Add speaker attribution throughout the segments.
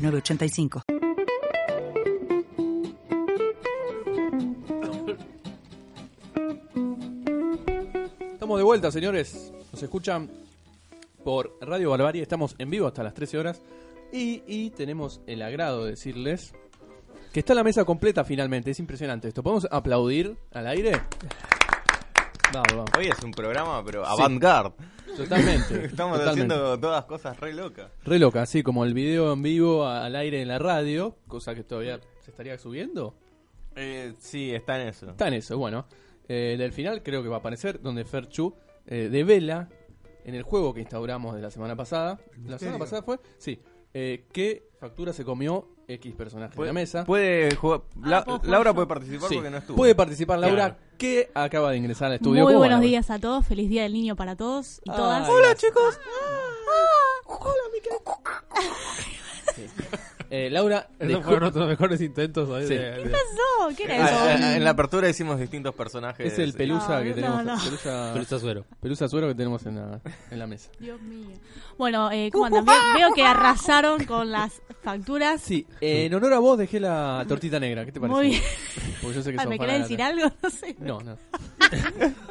Speaker 1: 985.
Speaker 2: Estamos de vuelta, señores. Nos escuchan por Radio Barbarie. Estamos en vivo hasta las 13 horas. Y, y tenemos el agrado de decirles que está la mesa completa finalmente. Es impresionante esto. ¿Podemos aplaudir al aire? Vamos, vamos.
Speaker 3: Hoy es un programa, pero avant-garde.
Speaker 2: Totalmente.
Speaker 3: Estamos
Speaker 2: totalmente.
Speaker 3: haciendo todas cosas re locas.
Speaker 2: Re loca, así como el video en vivo a- al aire en la radio, cosa que todavía se estaría subiendo.
Speaker 3: Eh, sí, está en eso.
Speaker 2: Está en eso, bueno. Eh, el del final creo que va a aparecer, donde Ferchu eh, devela en el juego que instauramos de la semana pasada. ¿La semana pasada fue? Sí. Eh, ¿Qué factura se comió X personaje en la mesa?
Speaker 3: Puede jugar. La-
Speaker 4: Ah,
Speaker 3: Laura puede participar
Speaker 2: Sí.
Speaker 3: porque no estuvo.
Speaker 2: Puede participar Laura,
Speaker 3: Claro.
Speaker 2: que acaba de ingresar al
Speaker 4: Muy
Speaker 2: estudio. ¿Cómo va,
Speaker 4: buenos
Speaker 2: Laura?
Speaker 4: días a todos. Feliz Día del Niño para todos y
Speaker 3: Ah,
Speaker 2: Ay,
Speaker 4: todas.
Speaker 2: Ah,
Speaker 4: Ah,
Speaker 2: Hola, Ah,
Speaker 3: chicos.
Speaker 2: Eh, Laura,
Speaker 5: Esos
Speaker 2: descu-
Speaker 5: fueron nuestros mejores intentos hoy
Speaker 2: Sí.
Speaker 5: de- de-
Speaker 4: No, ¿qué era eso?
Speaker 3: Eh, Ah, En la apertura hicimos distintos personajes.
Speaker 2: es el pelusa
Speaker 4: No,
Speaker 2: que
Speaker 4: Ah, no,
Speaker 2: tenemos.
Speaker 4: no.
Speaker 2: Pelusa,
Speaker 5: Pelusa Suero.
Speaker 2: pelusa suero que tenemos en la, en la mesa.
Speaker 4: Dios mío. Bueno, eh,
Speaker 3: Uh,
Speaker 4: ¿cómo andan? Ve- veo que arrasaron con las facturas.
Speaker 2: Sí, eh, en honor a vos dejé la tortita negra. ¿Qué te parece?
Speaker 4: Muy bien.
Speaker 2: Porque yo sé que
Speaker 4: Ah,
Speaker 2: son
Speaker 4: ¿Me querés decir algo? No sé.
Speaker 2: No, no.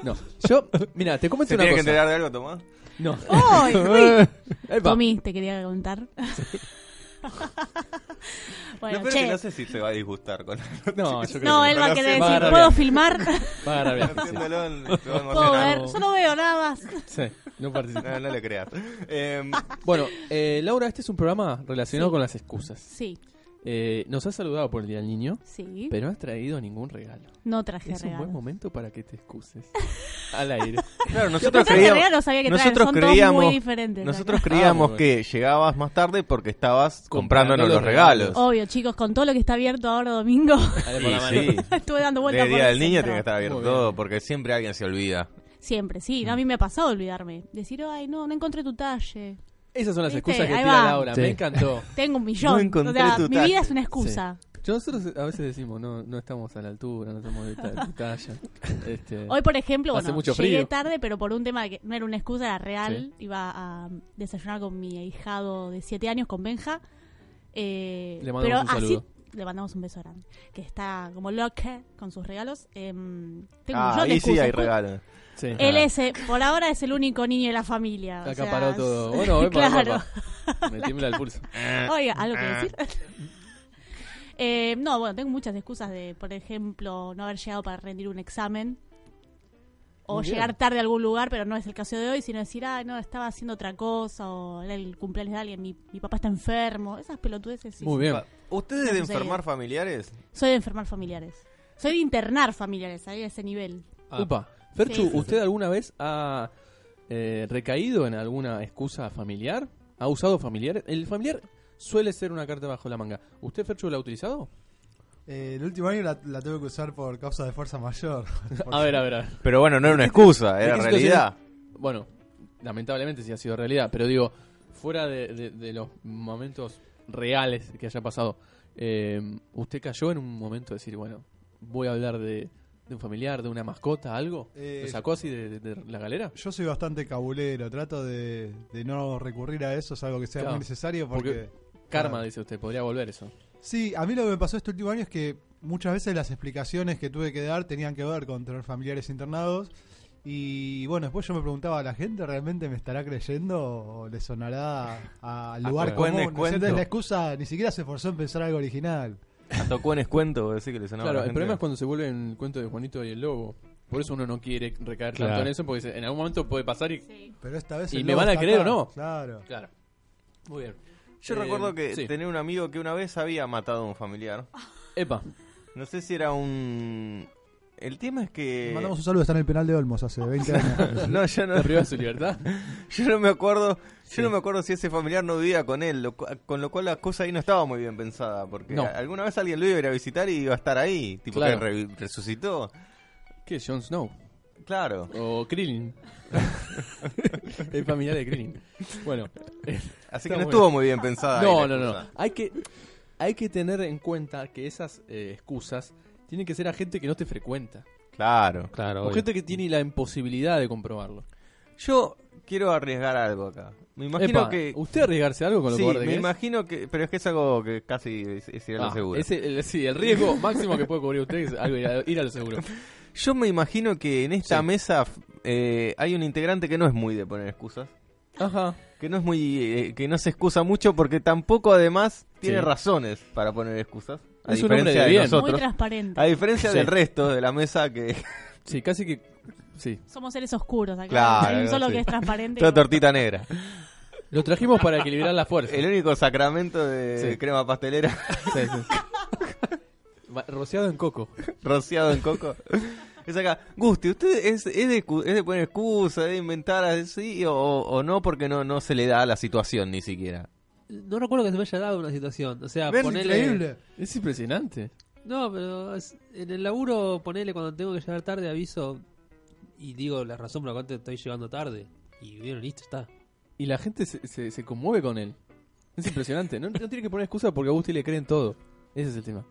Speaker 2: No. Yo, mira, te comento
Speaker 3: ¿Se
Speaker 2: una
Speaker 3: tiene que
Speaker 2: cosa.
Speaker 3: enterar de algo, Tomás?
Speaker 2: No.
Speaker 4: ¡Ay, uy!
Speaker 2: Ahí va.
Speaker 4: Tommy, te quería contar. bueno,
Speaker 3: no, pero
Speaker 4: che.
Speaker 3: que no sé si se va a disgustar con
Speaker 2: No, yo creo
Speaker 4: No,
Speaker 2: que
Speaker 4: él va a
Speaker 2: sí, va a
Speaker 3: Pero
Speaker 4: querer decir,
Speaker 2: agarrar
Speaker 4: ¿puedo
Speaker 2: bien.
Speaker 4: filmar?
Speaker 2: Va a agarrar bien, sí.
Speaker 3: Haciéndolo en- se va a
Speaker 4: ¿Puedo
Speaker 3: emocionar.
Speaker 4: ver? Yo no veo nada más.
Speaker 2: Sí, no participo.
Speaker 3: No, no le creas. Eh,
Speaker 2: Bueno, eh, Laura, este es un programa relacionado con las excusas.
Speaker 4: Sí,
Speaker 2: Eh, nos has saludado por el Día del Niño,
Speaker 4: sí.
Speaker 2: pero no has traído ningún regalo.
Speaker 4: No traje
Speaker 2: es un buen
Speaker 4: regalo.
Speaker 2: momento para que te excuses. Al aire.
Speaker 3: claro, nosotros
Speaker 4: Yo traje
Speaker 3: creíamos,
Speaker 4: regalos, había que traer,
Speaker 3: nosotros
Speaker 4: son todos
Speaker 3: creíamos,
Speaker 4: muy diferentes.
Speaker 3: nosotros
Speaker 2: acá.
Speaker 3: creíamos
Speaker 2: Ah, muy
Speaker 3: que llegabas más tarde porque estabas
Speaker 2: Comprando
Speaker 3: comprándonos
Speaker 2: los
Speaker 3: los regalos.
Speaker 4: Obvio, chicos, con todo lo que está abierto ahora domingo,
Speaker 2: Dale por la mano.
Speaker 3: Y sí,
Speaker 4: estuve dando
Speaker 3: de
Speaker 4: vueltas por
Speaker 3: día del
Speaker 4: el
Speaker 3: niño
Speaker 4: centro.
Speaker 3: tiene que estar abierto
Speaker 2: Muy bien.
Speaker 3: todo porque siempre alguien se olvida.
Speaker 4: Siempre, sí.
Speaker 3: Mm.
Speaker 4: no, a mí me ha pasado olvidarme. Decir, ay, no, no encontré tu talle.
Speaker 2: Esas son las
Speaker 4: Viste,
Speaker 2: excusas que
Speaker 4: ahí
Speaker 2: tira
Speaker 4: va.
Speaker 2: Laura.
Speaker 5: Sí.
Speaker 2: Me encantó.
Speaker 4: Tengo un millón.
Speaker 3: No encontré
Speaker 4: o sea,
Speaker 3: tu
Speaker 4: mi
Speaker 3: talle.
Speaker 4: vida es una excusa.
Speaker 2: Yo nosotros a veces decimos, no, no estamos a la altura, no estamos de tal talla. Este,
Speaker 4: Hoy, por ejemplo,
Speaker 2: Hace
Speaker 4: bueno,
Speaker 2: mucho
Speaker 4: llegué
Speaker 2: frío.
Speaker 4: tarde, pero por un tema de que no era una excusa, era real. Iba a um, desayunar con mi ahijado de 7 años, con Benja. Eh,
Speaker 2: Le mandamos
Speaker 4: pero
Speaker 2: un
Speaker 4: así
Speaker 2: saludo.
Speaker 4: le mandamos un beso grande. Que está como loca con sus regalos. Em, tengo un
Speaker 3: Ah,
Speaker 4: millón de
Speaker 3: ahí sí
Speaker 4: excusas.
Speaker 3: hay regalos.
Speaker 2: sí.
Speaker 4: Él es, eh, por ahora es el único niño de la familia. o
Speaker 2: Acaparó
Speaker 4: sea,
Speaker 2: todo. Bueno, voy para
Speaker 4: claro.
Speaker 2: papá. Me tiembla el pulso.
Speaker 4: Oiga, ¿algo que decir?
Speaker 3: Ah.
Speaker 4: Eh, no, bueno, tengo muchas excusas de, por ejemplo, no haber llegado para rendir un examen. O
Speaker 2: Muy bien.
Speaker 4: llegar tarde a algún lugar, pero no es el caso de hoy, sino decir, ah, no, estaba haciendo otra cosa, o era el cumpleaños de alguien, mi, mi papá está enfermo. Esas pelotudeces. sí.
Speaker 2: Muy bien.
Speaker 3: ¿Ustedes de
Speaker 4: No sé.
Speaker 3: enfermar familiares?
Speaker 4: Soy de enfermar familiares. Soy de internar familiares, ahí a ese nivel.
Speaker 5: Ah,
Speaker 2: Upa. Ferchu,
Speaker 4: Sí, sí,
Speaker 2: ¿usted alguna vez ha eh, recaído en alguna excusa familiar? ¿Ha usado familiares? El familiar suele ser una carta bajo la manga. ¿Usted, Ferchu, la ha utilizado?
Speaker 6: Eh, el último año la, la tuve que usar por causa de fuerza mayor.
Speaker 2: A ver, a ver, a ver.
Speaker 3: Pero bueno, no era una excusa, era
Speaker 2: ¿En qué
Speaker 3: realidad.
Speaker 2: Bueno, lamentablemente sí ha sido realidad, pero digo, fuera de, de- de los momentos reales que haya pasado, eh, ¿usted cayó en un momento de decir, bueno, voy a hablar de, de un familiar, de una mascota, algo?
Speaker 6: Eh,
Speaker 2: ¿Lo sacó así de, de- de la galera?
Speaker 6: Yo soy bastante cabulero, trato de, de no recurrir a eso, salvo que sea
Speaker 2: Claro,
Speaker 6: muy necesario, porque...
Speaker 2: Karma,
Speaker 6: Claro.
Speaker 2: dice usted, podría volver eso.
Speaker 6: Sí, a mí lo que me pasó este último año es que muchas veces las explicaciones que tuve que dar tenían que ver con tener familiares internados. Y bueno, después yo me preguntaba, ¿la gente realmente me estará creyendo o le sonará a- al lugar
Speaker 3: Ah, buen
Speaker 6: común? O sea,
Speaker 3: descuento.
Speaker 6: la excusa ni siquiera se esforzó en pensar algo original.
Speaker 3: Tocó en descuento, decir que le sonaba
Speaker 2: claro,
Speaker 3: a la
Speaker 2: el
Speaker 3: gente.
Speaker 2: problema es cuando se vuelve en el cuento de Juanito y el Lobo. Por eso uno no quiere recaer tanto
Speaker 5: Claro.
Speaker 2: en eso, porque se- en algún momento puede pasar y...
Speaker 6: Pero esta vez...
Speaker 2: ¿Y
Speaker 6: el
Speaker 2: me
Speaker 6: lobo
Speaker 2: van a
Speaker 6: está
Speaker 2: creer o
Speaker 6: acá.
Speaker 2: no?
Speaker 6: Claro.
Speaker 2: Claro. Muy bien.
Speaker 3: Yo
Speaker 2: Eh,
Speaker 3: recuerdo que
Speaker 2: sí.
Speaker 3: tenía un amigo que una vez había matado a un familiar.
Speaker 2: Epa.
Speaker 3: No sé si era un el tema es
Speaker 2: Eh,
Speaker 3: que.
Speaker 6: Le mandamos un saludo, está en el penal de Olmos hace 20 años.
Speaker 3: No, yo no,
Speaker 2: ¿Te privás de su libertad?
Speaker 3: yo no me acuerdo. Yo no me acuerdo si ese familiar no vivía con él, lo cu- con lo cual la cosa ahí no estaba muy bien pensada, porque
Speaker 2: No.
Speaker 3: a- alguna vez alguien lo iba a ir a visitar y iba a estar ahí, tipo
Speaker 2: Claro.
Speaker 3: que re- resucitó.
Speaker 2: ¿Qué es Jon Snow?
Speaker 3: Claro.
Speaker 2: O Krillin. el familiar de Krillin. Bueno. eh,
Speaker 3: Así
Speaker 2: Está
Speaker 3: que no
Speaker 2: bueno.
Speaker 3: estuvo muy bien pensada.
Speaker 2: No,
Speaker 3: ahí la
Speaker 2: no, no.
Speaker 3: cosa.
Speaker 2: Hay que, hay que tener en cuenta que esas eh, excusas tienen que ser a gente que no te frecuenta.
Speaker 3: Claro.
Speaker 5: Claro,
Speaker 2: O
Speaker 5: obvio.
Speaker 2: gente que tiene la imposibilidad de comprobarlo.
Speaker 3: Yo quiero arriesgar algo acá. Me imagino
Speaker 2: Epa,
Speaker 3: que.
Speaker 2: ¿Usted arriesgarse algo con lo
Speaker 3: Sí,
Speaker 2: cobarde
Speaker 3: me
Speaker 2: que es?
Speaker 3: imagino que. Pero es que es algo que casi es, es ir a lo
Speaker 2: Ah,
Speaker 3: seguro.
Speaker 2: ese- el, sí, el riesgo máximo que puede cubrir usted es algo ir a, ir a lo seguro.
Speaker 3: Yo me imagino que en esta
Speaker 2: Sí.
Speaker 3: mesa f- eh, hay un integrante que no es muy de poner excusas.
Speaker 2: Ajá.
Speaker 3: Que no es muy. eh, que no se excusa mucho porque tampoco, además, tiene
Speaker 2: Sí.
Speaker 3: razones para poner excusas. A
Speaker 2: Es un hombre
Speaker 3: diferencia
Speaker 2: de
Speaker 3: de,
Speaker 2: bien.
Speaker 4: Muy
Speaker 3: nosotros.
Speaker 4: transparente.
Speaker 3: A diferencia
Speaker 2: Sí.
Speaker 3: del resto de la mesa que.
Speaker 2: Sí, casi que. Sí.
Speaker 4: Somos seres oscuros acá.
Speaker 3: Claro,
Speaker 4: Hay un solo
Speaker 3: sí.
Speaker 4: que es transparente.
Speaker 3: Toda tortita negra.
Speaker 2: Lo trajimos para equilibrar la fuerza.
Speaker 3: El único sacramento de
Speaker 2: Sí.
Speaker 3: crema pastelera
Speaker 2: Sí, sí. Va- Rociado en coco.
Speaker 3: rociado en coco. Es acá. Gusti, ¿usted es, es de, cu- es de poner excusas, de inventar así o, o no? Porque no, no se le da la situación ni siquiera.
Speaker 5: No recuerdo que se me haya dado una situación. O sea,
Speaker 6: ¿Ves?
Speaker 5: ponerle.
Speaker 6: Increíble.
Speaker 2: Es impresionante.
Speaker 5: No, pero es- en el laburo, ponele cuando tengo que llegar tarde, aviso y digo la razón por la cual te estoy llegando tarde. Y bueno, listo, está.
Speaker 2: Y la gente se, se- se conmueve con él. Es impresionante. No, no tiene que poner excusa porque a Gusti le creen todo. Ese es el tema.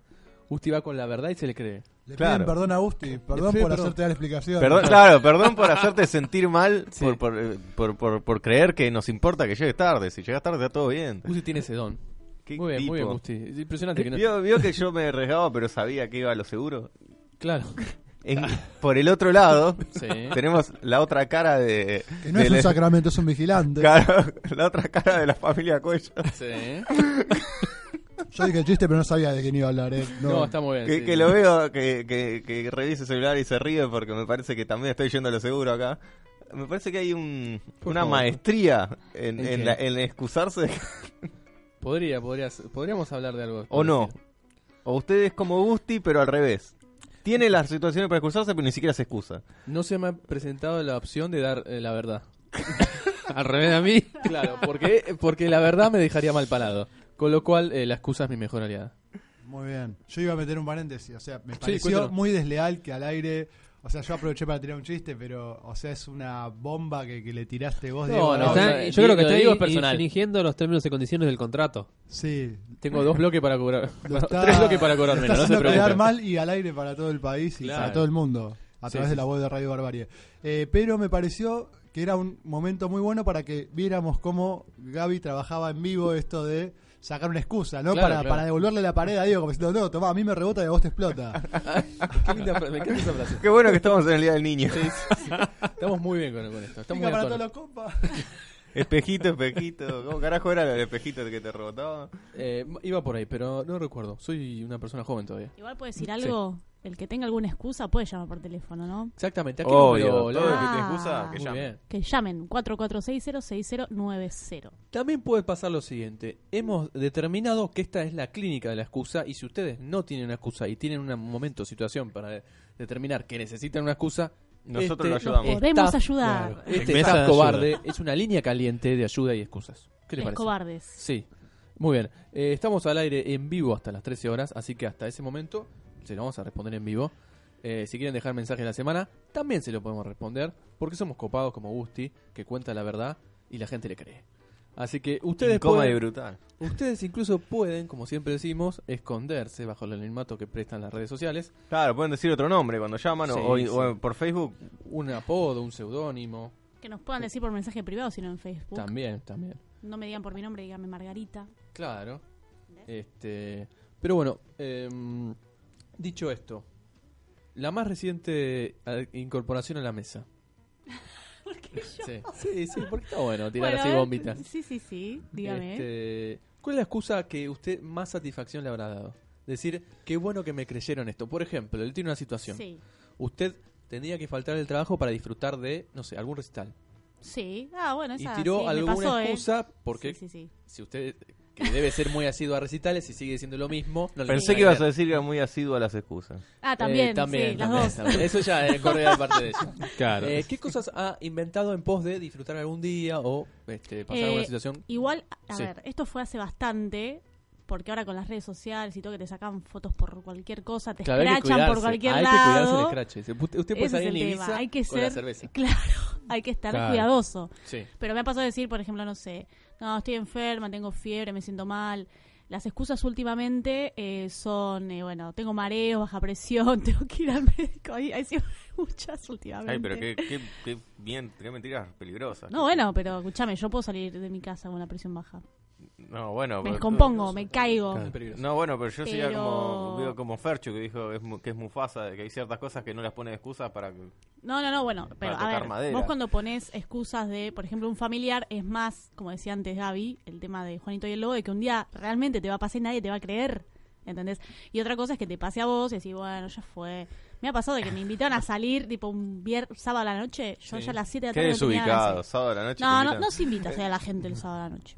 Speaker 2: Gusti va con la verdad y se le cree.
Speaker 6: Le
Speaker 3: Claro.
Speaker 6: piden perdón a Gusti, perdón
Speaker 2: piden
Speaker 6: por
Speaker 2: perdón.
Speaker 6: hacerte dar la explicación.
Speaker 3: Perdón, claro, perdón por hacerte sentir mal,
Speaker 2: Sí.
Speaker 3: por, por, eh, por, por- por creer que nos importa que llegues tarde. Si llegas tarde, está todo bien.
Speaker 2: Gusti tiene ese don.
Speaker 3: Qué
Speaker 2: muy bien, muy bien,
Speaker 3: tipo.
Speaker 2: Gusti. Es impresionante que no.
Speaker 3: ¿Vio, vio que yo me arriesgaba, pero sabía que iba a lo seguro.
Speaker 2: Claro.
Speaker 3: En- por el otro lado,
Speaker 2: Ah. Sí.
Speaker 3: tenemos la otra cara de.
Speaker 6: Que no
Speaker 3: de
Speaker 6: es un
Speaker 3: la-
Speaker 6: sacramento, es un vigilante.
Speaker 3: claro, la otra cara de la familia Cuello.
Speaker 2: Sí.
Speaker 6: Yo dije el chiste, pero no sabía de quién iba a hablar. ¿eh?
Speaker 2: No,
Speaker 6: No.
Speaker 2: está muy bien.
Speaker 3: Que,
Speaker 2: sí.
Speaker 3: que lo veo, que, que, que revise el celular y se ríe porque me parece que también estoy yendo a lo seguro acá. Me parece que hay un,
Speaker 2: Por
Speaker 3: una
Speaker 2: favor.
Speaker 3: maestría en,
Speaker 2: ¿En
Speaker 3: en
Speaker 2: qué?
Speaker 3: la- en excusarse.
Speaker 2: Podría, podría, ser- podríamos hablar de algo.
Speaker 3: O no. O usted es como Gusti, pero al revés. Tiene las situaciones para excusarse, pero ni siquiera se excusa.
Speaker 2: No se me ha presentado la opción de dar eh, la verdad.
Speaker 5: Al revés de a mí.
Speaker 2: Claro, porque, porque la verdad me dejaría mal parado. Con lo cual, eh, la excusa es mi mejor aliada.
Speaker 6: Muy bien. Yo iba a meter un paréntesis. O sea, me pareció
Speaker 2: cuéntanos.
Speaker 6: muy desleal que al aire. O sea, yo aproveché para tirar un chiste, pero. O sea, es una bomba que, que le tiraste vos,
Speaker 2: No,
Speaker 6: Diego.
Speaker 2: no,
Speaker 6: Ah,
Speaker 2: está-
Speaker 5: Están-
Speaker 2: lo
Speaker 5: yo creo que
Speaker 2: digo es
Speaker 5: está
Speaker 2: personal.
Speaker 5: infringiendo los términos y condiciones del contrato.
Speaker 6: Sí.
Speaker 2: Tengo dos bloques para cobrar.
Speaker 6: Lo
Speaker 2: no,
Speaker 6: está-
Speaker 2: tres bloques para
Speaker 6: lo
Speaker 2: cobrar
Speaker 6: está
Speaker 2: menos, no se
Speaker 6: haciendo quedar
Speaker 2: preocupe.
Speaker 6: mal y al aire para todo el país y
Speaker 2: Claro.
Speaker 6: para todo el mundo. A
Speaker 2: Sí,
Speaker 6: través
Speaker 2: sí,
Speaker 6: de la voz de Radio Barbarie. Eh, pero me pareció que era un momento muy bueno para que viéramos cómo Gaby trabajaba en vivo esto de sacar una excusa, ¿no?
Speaker 2: Claro,
Speaker 6: para,
Speaker 2: claro.
Speaker 6: para devolverle la pared a Diego, como diciendo, no, toma, a mí me rebota y a vos te explota.
Speaker 2: Qué linda fra- me encanta esa frase.
Speaker 3: Qué bueno que estamos en el Día del Niño.
Speaker 2: Sí, sí, sí. Estamos muy bien con, con esto. Estamos
Speaker 6: Venga
Speaker 2: muy
Speaker 6: para
Speaker 2: acorde.
Speaker 6: todos los compas.
Speaker 3: Espejito, espejito. ¿Cómo carajo era el espejito que te rebotaba?
Speaker 2: Eh, iba por ahí, pero no recuerdo. Soy una persona joven todavía.
Speaker 4: Igual puede decir algo. El que tenga alguna excusa puede llamar por teléfono, ¿no?
Speaker 2: Exactamente. ¿A qué
Speaker 3: Obvio,
Speaker 2: número le-
Speaker 3: todo el que te
Speaker 4: Ah.
Speaker 3: excusa, que
Speaker 2: Muy
Speaker 3: llame.
Speaker 2: bien.
Speaker 4: Que llamen 44606090.
Speaker 2: También puede pasar lo siguiente. Hemos determinado que esta es la clínica de la excusa y si ustedes no tienen una excusa y tienen un momento, situación para de- determinar que necesitan una excusa,
Speaker 3: Nosotros
Speaker 2: este-
Speaker 3: lo ayudamos.
Speaker 4: Nos podemos ayudar.
Speaker 2: Claro, este
Speaker 5: Mesa
Speaker 2: staff
Speaker 5: de
Speaker 2: cobarde es una línea caliente de ayuda y excusas. ¿Qué le
Speaker 4: Los
Speaker 2: parece?
Speaker 4: cobardes.
Speaker 2: Sí. Muy bien. Eh, estamos al aire en vivo hasta las 13 horas, así que hasta ese momento se lo vamos a responder en vivo. Eh, si quieren dejar mensaje de la semana, también se lo podemos responder, porque somos copados como Gusti, que cuenta la verdad y la gente le cree. Así que ustedes
Speaker 3: Incómodo y
Speaker 2: pueden,
Speaker 3: brutal.
Speaker 2: ustedes incluso pueden, como siempre decimos, esconderse bajo el anonimato que prestan las redes sociales,
Speaker 3: Claro, pueden decir otro nombre cuando llaman o-
Speaker 2: Sí,
Speaker 3: o,
Speaker 2: sí.
Speaker 3: o por Facebook.
Speaker 2: un apodo, un seudónimo,
Speaker 4: Que nos puedan decir por mensaje privado, sino en Facebook.
Speaker 2: también, también.
Speaker 4: No me digan por mi nombre, díganme Margarita.
Speaker 2: Claro. Este, pero bueno, em, dicho esto, la más reciente eh, incorporación a la mesa. Sí, sí, sí, porque está bueno tirar
Speaker 4: Bueno, a
Speaker 2: así
Speaker 4: ver,
Speaker 2: bombitas.
Speaker 4: Sí, sí, sí. Dígame. ¿eh?
Speaker 2: Este, ¿Cuál es la excusa que usted más satisfacción le habrá dado? Decir, qué bueno que me creyeron esto. Por ejemplo, él tiene una situación.
Speaker 4: Sí.
Speaker 2: Usted tendría que faltar el trabajo para disfrutar de, no sé, algún recital.
Speaker 4: Sí. Ah, bueno, esa
Speaker 2: y tiró
Speaker 4: sí, me
Speaker 2: alguna
Speaker 4: pasó, ¿eh?
Speaker 2: excusa porque
Speaker 4: Sí, sí, sí.
Speaker 2: si usted que debe ser muy asiduo a recitales y sigue diciendo lo mismo. no le
Speaker 3: Pensé
Speaker 2: gusta
Speaker 3: que ibas a
Speaker 2: leer.
Speaker 3: decir que era muy asiduo a las excusas.
Speaker 4: Ah,
Speaker 2: Eh,
Speaker 4: también, sí, las
Speaker 2: también,
Speaker 4: dos.
Speaker 2: también. Eso ya es correa de parte de ella.
Speaker 7: Claro.
Speaker 2: Eh, ¿Qué cosas ha inventado en pos de disfrutar algún día o este, pasar
Speaker 4: Eh,
Speaker 2: alguna situación?
Speaker 4: Igual, a
Speaker 2: Sí.
Speaker 4: ver, esto fue hace bastante, porque ahora con las redes sociales y todo que te sacan fotos por cualquier cosa, te
Speaker 2: Claro, hay que
Speaker 4: escrachan por
Speaker 2: cuidarse,
Speaker 4: cualquier
Speaker 2: hay que cuidarse
Speaker 4: lado.
Speaker 2: el escrache. Se- Usted usted puede
Speaker 4: Ese es
Speaker 2: salir en
Speaker 4: el tema.
Speaker 2: Ibiza
Speaker 4: Hay que
Speaker 2: con la
Speaker 4: ser-
Speaker 2: cerveza.
Speaker 4: Claro, hay que estar
Speaker 7: Claro.
Speaker 4: cuidadoso.
Speaker 2: Sí.
Speaker 4: Pero me ha pasado decir, por ejemplo, no sé, no, estoy enferma, tengo fiebre, me siento mal. Las excusas últimamente eh, son, eh, bueno, tengo mareo, baja presión, tengo que ir al médico. Hay, hay siempre muchas últimamente.
Speaker 3: Ay, pero qué, qué, qué bien, qué mentiras peligrosas.
Speaker 4: No, bueno, pero escúchame, yo puedo salir de mi casa con la presión baja.
Speaker 3: No, bueno.
Speaker 4: Me
Speaker 3: pero-
Speaker 4: descompongo, me caigo.
Speaker 2: Muy peligroso.
Speaker 3: No, bueno, pero yo sería
Speaker 4: Pero-
Speaker 3: como, digo, como Ferchu que dijo es mu- que es Mufasa, de que hay ciertas cosas que no las pone de excusa para que...
Speaker 4: No, no, no, bueno, pero a
Speaker 3: tocar
Speaker 4: ver,
Speaker 3: madera.
Speaker 4: vos cuando ponés excusas de, por ejemplo, un familiar, es más, como decía antes Gaby, el tema de Juanito y el Lobo, de que un día realmente te va a pasar y nadie te va a creer, ¿entendés? Y otra cosa es que te pase a vos y decís, bueno, ya fue. Me ha pasado de que me invitaron a salir, tipo, un vier... sábado a la noche, yo
Speaker 2: Sí.
Speaker 4: ya a las 7 de la
Speaker 3: Qué
Speaker 4: tarde no tenía ganas de
Speaker 3: desubicado,
Speaker 4: salir.
Speaker 3: sábado a la noche.
Speaker 4: No,
Speaker 3: te
Speaker 4: no,
Speaker 3: invitan.
Speaker 4: no se invita a salir a la gente el sábado a la noche.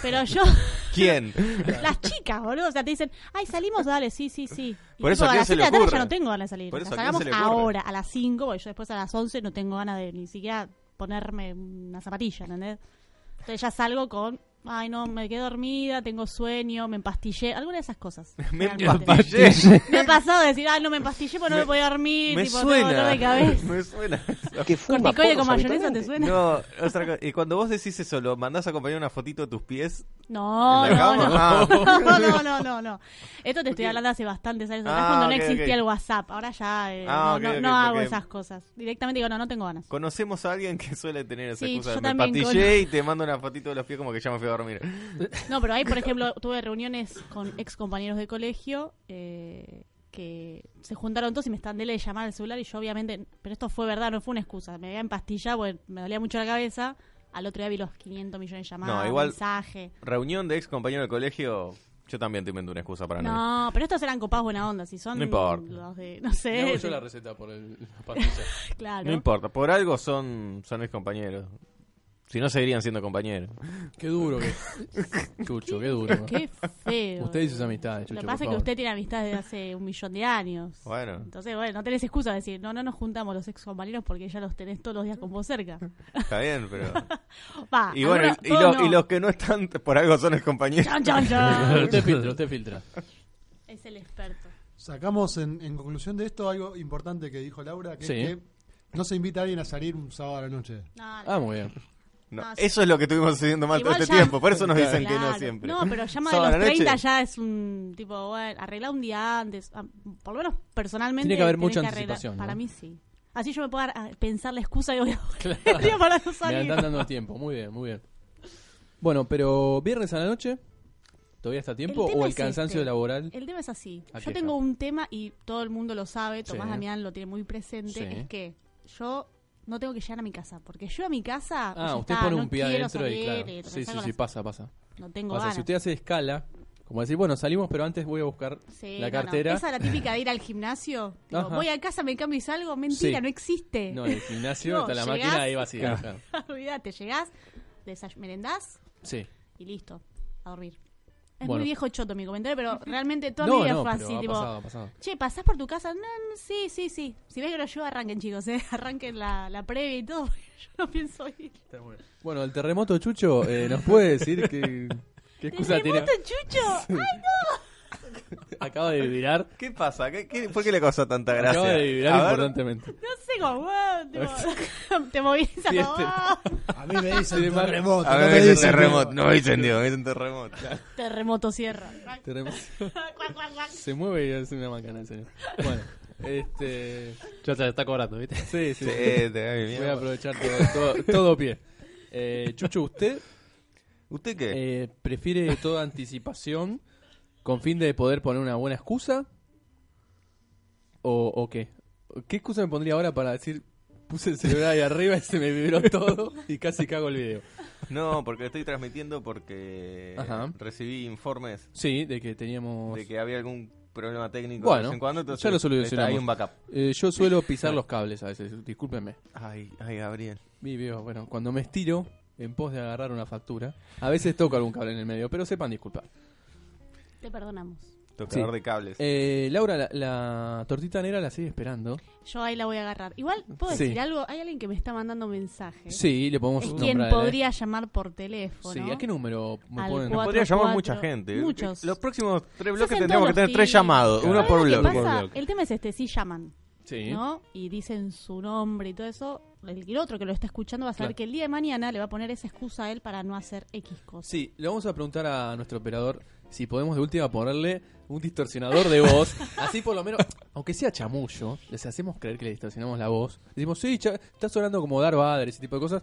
Speaker 4: Pero yo,
Speaker 3: ¿Quién?
Speaker 4: las chicas, boludo, o sea, te dicen, ay, salimos, dale, sí, sí, sí. Y
Speaker 3: Por eso a
Speaker 4: tipo, a
Speaker 3: quién
Speaker 4: las
Speaker 3: se le
Speaker 4: 7 de la tarde
Speaker 3: ocurre.
Speaker 4: ya no tengo ganas de salir.
Speaker 3: Por
Speaker 4: O sea,
Speaker 3: eso a quién
Speaker 4: salgamos
Speaker 3: se le ocurre.
Speaker 4: ahora, a las 5, porque yo después a las 11 no tengo ganas de ni siquiera ponerme una zapatilla, ¿entendés? Entonces ya salgo con, ay, no, me quedé dormida, tengo sueño, me empastillé, alguna de esas cosas.
Speaker 3: Me
Speaker 4: realmente.
Speaker 3: empastillé.
Speaker 4: Me ha pasado de decir, ay, no me empastillé porque no me, podía dormir,
Speaker 3: Me
Speaker 4: tipo, tengo dolor
Speaker 3: suena.
Speaker 4: de cabeza.
Speaker 3: Me suena. eso.
Speaker 7: Que fuma
Speaker 4: Corticoide
Speaker 7: porros
Speaker 4: con mayonesa, ¿te
Speaker 7: habitualmente.
Speaker 4: suena? No,
Speaker 3: No, otra cosa. Y cuando vos decís eso, ¿lo mandás a acompañar una fotito de tus pies
Speaker 4: no,
Speaker 3: en la
Speaker 4: no.
Speaker 3: cama?
Speaker 4: no.
Speaker 3: Ah.
Speaker 4: No, no, no, no, no. Esto te estoy hablando hace bastantes años atrás
Speaker 3: Ah,
Speaker 4: cuando
Speaker 3: ok,
Speaker 4: no existía
Speaker 3: ok.
Speaker 4: el WhatsApp. Ahora ya eh,
Speaker 3: Ah,
Speaker 4: no,
Speaker 3: ok,
Speaker 4: no-
Speaker 3: ok,
Speaker 4: no hago
Speaker 3: porque-
Speaker 4: esas cosas. Directamente digo, no, no tengo ganas.
Speaker 3: Conocemos a alguien que suele tener esa
Speaker 4: Sí,
Speaker 3: excusa. de,
Speaker 4: yo
Speaker 3: Me
Speaker 4: también
Speaker 3: pastillé y te mando una fotito de los pies como que ya me fui a dormir.
Speaker 4: No, pero ahí, por ejemplo, tuve reuniones con ex compañeros de colegio eh, que se juntaron todos y me están de llamar al celular y yo obviamente, pero esto fue verdad, no fue una excusa. Me había empastillado porque me dolía mucho la cabeza. Al otro día vi los 500 millones de llamadas,
Speaker 3: No, igual-
Speaker 4: mensajes.
Speaker 3: Reunión de ex compañero de colegio. Yo también te invento una excusa para no. ir.
Speaker 4: No, pero estos eran copados buena onda, si son
Speaker 3: No importa.
Speaker 4: los de, no sé,
Speaker 2: Le hago yo
Speaker 4: de-
Speaker 2: la receta por el, la pastilla.
Speaker 4: claro.
Speaker 3: No importa, por algo son, son ex compañeros. Si no, seguirían siendo compañeros.
Speaker 2: Qué duro que es. Chucho, qué duro.
Speaker 4: Qué feo.
Speaker 2: Usted y sus amistades,
Speaker 4: Lo
Speaker 2: Chucho,
Speaker 4: que pasa
Speaker 2: por
Speaker 4: es que
Speaker 2: favor.
Speaker 4: usted tiene amistades de hace un millón de años.
Speaker 3: Bueno.
Speaker 4: Entonces, bueno, no tenés excusa de decir, no, no nos juntamos los ex compañeros porque ya los tenés todos los días con vos cerca.
Speaker 3: Está bien, pero.
Speaker 4: Va,
Speaker 3: Y bueno,
Speaker 4: algunos-
Speaker 3: y, y
Speaker 4: todos
Speaker 3: lo-
Speaker 4: no.
Speaker 3: y los que no están, por algo son ex compañeros.
Speaker 4: Chan, chan, chan.
Speaker 2: Usted filtra, usted filtra.
Speaker 4: Es el experto.
Speaker 6: Sacamos en, en conclusión de esto algo importante que dijo Laura, que
Speaker 2: Sí.
Speaker 6: es que no se invita a alguien a salir un sábado a la noche.
Speaker 4: No, no.
Speaker 2: Ah, muy bien.
Speaker 3: No,
Speaker 4: No, sí.
Speaker 3: eso es lo que estuvimos haciendo mal todo
Speaker 4: Igual
Speaker 3: este
Speaker 4: ya-
Speaker 3: tiempo. Por eso nos dicen que
Speaker 4: Claro.
Speaker 3: no siempre.
Speaker 4: No, pero ya más de
Speaker 3: Sábado a
Speaker 4: los
Speaker 3: la noche.
Speaker 4: 30 ya es un tipo, bueno, arregla un día antes. Ah, Por lo menos personalmente.
Speaker 2: Tiene que haber
Speaker 4: tenés
Speaker 2: mucha
Speaker 4: arreglar-
Speaker 2: anticipación, ¿no?
Speaker 4: Para mí sí. Así yo me puedo dar- ah, pensar la excusa y voy a el día para no
Speaker 2: Me
Speaker 4: salir.
Speaker 2: están dando tiempo, muy bien, muy bien. Bueno, pero viernes a la noche, ¿todavía está a tiempo?
Speaker 4: El tema
Speaker 2: ¿O el
Speaker 4: es
Speaker 2: cansancio
Speaker 4: este.
Speaker 2: laboral?
Speaker 4: El tema es así.
Speaker 2: Aqueja.
Speaker 4: Yo tengo un tema y todo el mundo lo sabe, Tomás
Speaker 2: Sí.
Speaker 4: Damián lo tiene muy presente,
Speaker 2: Sí.
Speaker 4: es que yo no tengo que llegar a mi casa, porque yo a mi casa... pues
Speaker 2: Ah,
Speaker 4: ya
Speaker 2: usted
Speaker 4: está,
Speaker 2: pone
Speaker 4: no
Speaker 2: un pie
Speaker 4: quiero
Speaker 2: adentro y
Speaker 4: salir,
Speaker 2: claro.
Speaker 4: eh,
Speaker 2: Sí, sí,
Speaker 4: salgo a
Speaker 2: sí,
Speaker 4: las-
Speaker 2: pasa, pasa.
Speaker 4: No tengo
Speaker 2: Pasa,
Speaker 4: ganas.
Speaker 2: si usted hace escala, como decir, bueno, salimos, pero antes voy a buscar
Speaker 4: Sí,
Speaker 2: la
Speaker 4: no, no.
Speaker 2: cartera.
Speaker 4: Esa es la típica de ir al gimnasio. Digo,
Speaker 2: Ajá.
Speaker 4: voy a casa, me cambio y salgo. Mentira,
Speaker 2: Sí.
Speaker 4: no existe.
Speaker 2: No, en el gimnasio
Speaker 4: No,
Speaker 2: está la
Speaker 4: llegás-
Speaker 2: máquina ahí vacía.
Speaker 7: Claro.
Speaker 4: Olvídate, llegás, desay- merendás
Speaker 2: Sí.
Speaker 4: y listo, a dormir. Es
Speaker 2: Bueno.
Speaker 4: muy viejo choto mi comentario, pero realmente toda mi
Speaker 2: No,
Speaker 4: vida
Speaker 2: no,
Speaker 4: fue
Speaker 2: pero
Speaker 4: así.
Speaker 2: ha
Speaker 4: tipo,
Speaker 2: pasado, ha pasado.
Speaker 4: Che, ¿pasás por tu casa? No, no, sí, sí, sí. Si ves que lo yo, arranquen, chicos, ¿eh? Arranquen la, la previa y todo. porque Yo no pienso ir.
Speaker 2: Bueno, el terremoto, Chucho, eh, ¿nos puede decir que, qué excusa tiene?
Speaker 4: ¿Terremoto, Chucho? ¡Ay,
Speaker 2: Acaba de vibrar.
Speaker 3: ¿Qué pasa? ¿Qué, qué- por qué le causó tanta gracia?
Speaker 2: Acaba de
Speaker 3: A
Speaker 2: vibrar
Speaker 3: ver,
Speaker 2: importantemente.
Speaker 4: no sé cómo! wow, tipo, te movilizas
Speaker 2: Sí,
Speaker 4: como,
Speaker 2: este-
Speaker 4: ¡ah!
Speaker 6: A mí me dicen
Speaker 2: Sí, mar-
Speaker 6: terremoto,
Speaker 3: A
Speaker 6: no
Speaker 3: ver,
Speaker 6: me
Speaker 3: es un
Speaker 6: dicen
Speaker 3: terremoto.
Speaker 6: que-
Speaker 3: No me entendió, es un terremoto.
Speaker 4: Terremoto cierra.
Speaker 2: Terremoto.
Speaker 4: Cuac, cuac, cuac.
Speaker 2: Se mueve y hace una macana, en serio. Bueno, este.
Speaker 5: Ya te está cobrando, ¿viste?
Speaker 2: Sí, sí. eh,
Speaker 3: Sí, te da mi
Speaker 2: Voy a
Speaker 3: miedo.
Speaker 2: aprovechar todo, todo, todo pie. Eh, Chucho, ¿usted
Speaker 3: ¿Usted qué?
Speaker 2: eh, prefiere toda anticipación con fin de poder poner una buena excusa? ¿O, o qué? ¿Qué excusa me pondría ahora para decir puse el celular ahí arriba y se me vibró todo y casi cago el video?
Speaker 3: No, porque estoy transmitiendo porque
Speaker 2: Ajá.
Speaker 3: recibí informes
Speaker 2: Sí, de que teníamos...
Speaker 3: de que había algún problema técnico de
Speaker 2: Bueno,
Speaker 3: vez en cuando. Entonces
Speaker 2: ya lo
Speaker 3: está
Speaker 2: solucionamos.
Speaker 3: ahí un backup.
Speaker 2: Eh, yo suelo pisar los cables a veces, discúlpenme.
Speaker 3: Ay, ay, Gabriel.
Speaker 2: Mi viejo, bueno, cuando me estiro, en pos de agarrar una factura. A veces toca algún cable en el medio, pero sepan disculpar.
Speaker 4: Te perdonamos.
Speaker 3: Tocador
Speaker 2: Sí.
Speaker 3: de cables.
Speaker 2: Eh, Laura, la, la tortita negra la sigue esperando.
Speaker 4: Yo ahí la voy a agarrar. Igual, ¿puedo
Speaker 2: Sí.
Speaker 4: decir algo? Hay alguien que me está mandando mensajes.
Speaker 2: Sí, le podemos
Speaker 4: Es quien
Speaker 3: ¿eh?
Speaker 2: nombrar. ¿eh?
Speaker 4: podría llamar por teléfono.
Speaker 2: Sí, ¿a qué número me
Speaker 4: Al
Speaker 2: ponen?
Speaker 4: cuatro-
Speaker 3: Podría llamar
Speaker 4: cuatro.
Speaker 3: mucha gente. ¿eh?
Speaker 4: Muchos.
Speaker 3: Los próximos tres
Speaker 4: Se
Speaker 3: bloques
Speaker 4: hacen
Speaker 3: tendríamos que
Speaker 4: todos
Speaker 3: tener
Speaker 4: los
Speaker 3: tres
Speaker 4: tipos.
Speaker 3: llamados.
Speaker 5: Claro.
Speaker 3: Uno por
Speaker 4: ¿Sabes lo que
Speaker 3: bloque.
Speaker 5: por
Speaker 4: pasa?
Speaker 5: bloque.
Speaker 4: El tema es este, sí llaman,
Speaker 2: Sí.
Speaker 4: ¿no? Y dicen su nombre y todo eso. El el otro que lo está escuchando va a saber
Speaker 2: Claro.
Speaker 4: que el día de mañana le va a poner esa excusa a él para no hacer X cosas.
Speaker 2: Sí, le vamos a preguntar a nuestro operador si podemos de última ponerle un distorsionador de voz. Así por lo menos, aunque sea chamullo, les hacemos creer que le distorsionamos la voz. Decimos, sí, cha- está sonando como Darth Vader, ese tipo de cosas.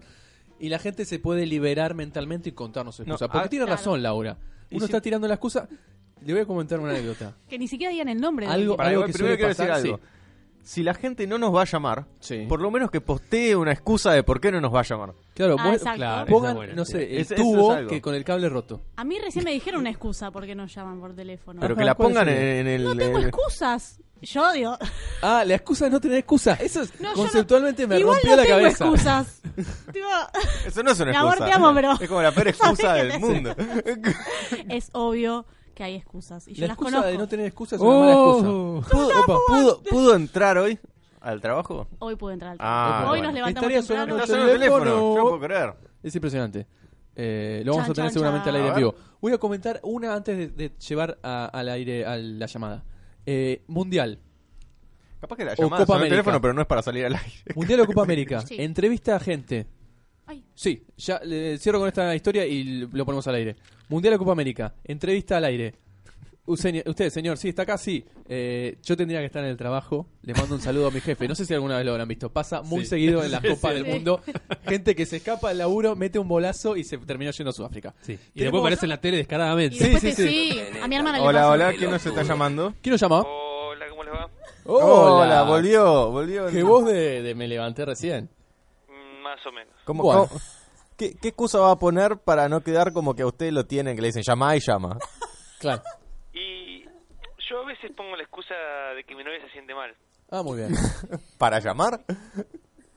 Speaker 2: Y la gente se puede liberar mentalmente y contarnos su
Speaker 3: No,
Speaker 2: excusa.
Speaker 3: ah,
Speaker 2: porque tiene
Speaker 4: claro.
Speaker 2: razón Laura.
Speaker 3: Y
Speaker 2: Uno
Speaker 3: si-
Speaker 2: está tirando la excusa. Le voy a comentar una anécdota.
Speaker 4: Que ni siquiera digan el nombre. de
Speaker 2: Algo-
Speaker 4: alguien.
Speaker 3: Para
Speaker 2: algo
Speaker 3: igual,
Speaker 2: que
Speaker 3: primero
Speaker 2: suele
Speaker 3: quiero
Speaker 2: pasar,
Speaker 3: decir algo. Si la gente no nos va a llamar,
Speaker 2: Sí.
Speaker 3: por lo menos que postee una excusa de por qué no nos va a llamar.
Speaker 2: Claro,
Speaker 4: Ah,
Speaker 2: vos-
Speaker 4: exacto.
Speaker 5: claro.
Speaker 2: pongan,
Speaker 5: Esa buena.
Speaker 2: no sé, el
Speaker 3: Ese- eso
Speaker 2: tubo
Speaker 3: es algo.
Speaker 2: que con el cable roto.
Speaker 4: A mí recién me dijeron una excusa porque no llaman por teléfono.
Speaker 3: Pero
Speaker 2: Ajá,
Speaker 3: que la
Speaker 2: ¿cuál
Speaker 3: pongan en,
Speaker 2: sería?
Speaker 3: en el.
Speaker 4: no tengo
Speaker 3: en-
Speaker 4: excusas. Yo digo.
Speaker 2: Ah, la excusa es no tener excusa. Eso es-
Speaker 4: No, yo no-
Speaker 2: conceptualmente me
Speaker 4: Igual
Speaker 2: rompió
Speaker 4: no
Speaker 2: la
Speaker 4: tengo
Speaker 2: cabeza.
Speaker 4: excusas. Digo,
Speaker 3: Eso no es una
Speaker 4: Mi
Speaker 3: excusa.
Speaker 4: amor, te amo, pero-
Speaker 3: Es como la peor excusa
Speaker 4: Sabés que
Speaker 3: del
Speaker 4: te-
Speaker 3: mundo.
Speaker 4: es obvio que hay excusas. Y yo
Speaker 2: La
Speaker 4: las
Speaker 2: excusa
Speaker 4: conozco.
Speaker 2: de no tener excusa es una mala excusa.
Speaker 5: Oh,
Speaker 3: ¿Pudo, opa, ¿pudo, pudo entrar hoy al trabajo?
Speaker 4: Hoy puedo entrar al
Speaker 3: Ah,
Speaker 4: trabajo. Hoy
Speaker 3: bueno.
Speaker 4: nos levantamos
Speaker 2: Estaría
Speaker 4: temprano.
Speaker 2: sonando
Speaker 3: Está
Speaker 2: el
Speaker 3: sonando el teléfono.
Speaker 2: teléfono.
Speaker 3: Yo no puedo creer.
Speaker 2: Es impresionante. Eh, lo vamos
Speaker 4: Chan,
Speaker 2: a tener
Speaker 4: chan,
Speaker 2: seguramente
Speaker 4: chan.
Speaker 2: al aire en
Speaker 3: A ver.
Speaker 2: vivo. Voy a comentar una antes de, de llevar a- al aire a la llamada. Eh, mundial.
Speaker 3: Capaz que la
Speaker 2: O Copa
Speaker 3: llamada suena el
Speaker 2: América.
Speaker 3: teléfono, pero no es para salir al aire.
Speaker 2: Mundial o Copa América.
Speaker 4: Sí.
Speaker 2: Entrevista a gente.
Speaker 4: Ay.
Speaker 2: Sí, ya le- cierro con esta historia y lo ponemos al aire. Mundial o Copa América. Entrevista al aire. Useña- Usted, señor, sí, está acá, sí. Eh, yo tendría que estar en el trabajo. Le mando un saludo a mi jefe. No sé si alguna vez lo habrán visto. Pasa muy
Speaker 5: Sí.
Speaker 2: seguido en las
Speaker 5: Sí,
Speaker 2: Copas
Speaker 5: sí.
Speaker 2: del
Speaker 4: Sí.
Speaker 2: Mundo. Gente que se escapa del laburo, mete un bolazo y se termina yendo a Sudáfrica.
Speaker 5: Sí. Y
Speaker 2: Tenemos-
Speaker 5: después aparece en la tele
Speaker 4: Y
Speaker 5: descaradamente.
Speaker 4: después
Speaker 2: Sí,
Speaker 4: te
Speaker 2: sí,
Speaker 4: sí. A mi hermana le
Speaker 3: Hola,
Speaker 4: pasa.
Speaker 3: hola, ¿quién nos está llamando?
Speaker 2: ¿Quién lo llama?
Speaker 7: Hola, ¿cómo les va?
Speaker 3: Hola, volvió, volvió.
Speaker 2: Que vos de, de me levanté recién.
Speaker 7: Mm, Más o menos.
Speaker 3: ¿Cómo-
Speaker 2: Bueno.
Speaker 3: cómo- ¿Qué, qué excusa va a poner para no quedar como que a usted lo tienen, que le dicen llama y llama?
Speaker 2: Claro.
Speaker 7: Y yo a veces pongo la excusa de que mi novia se siente mal.
Speaker 2: Ah, muy bien.
Speaker 3: ¿Para llamar?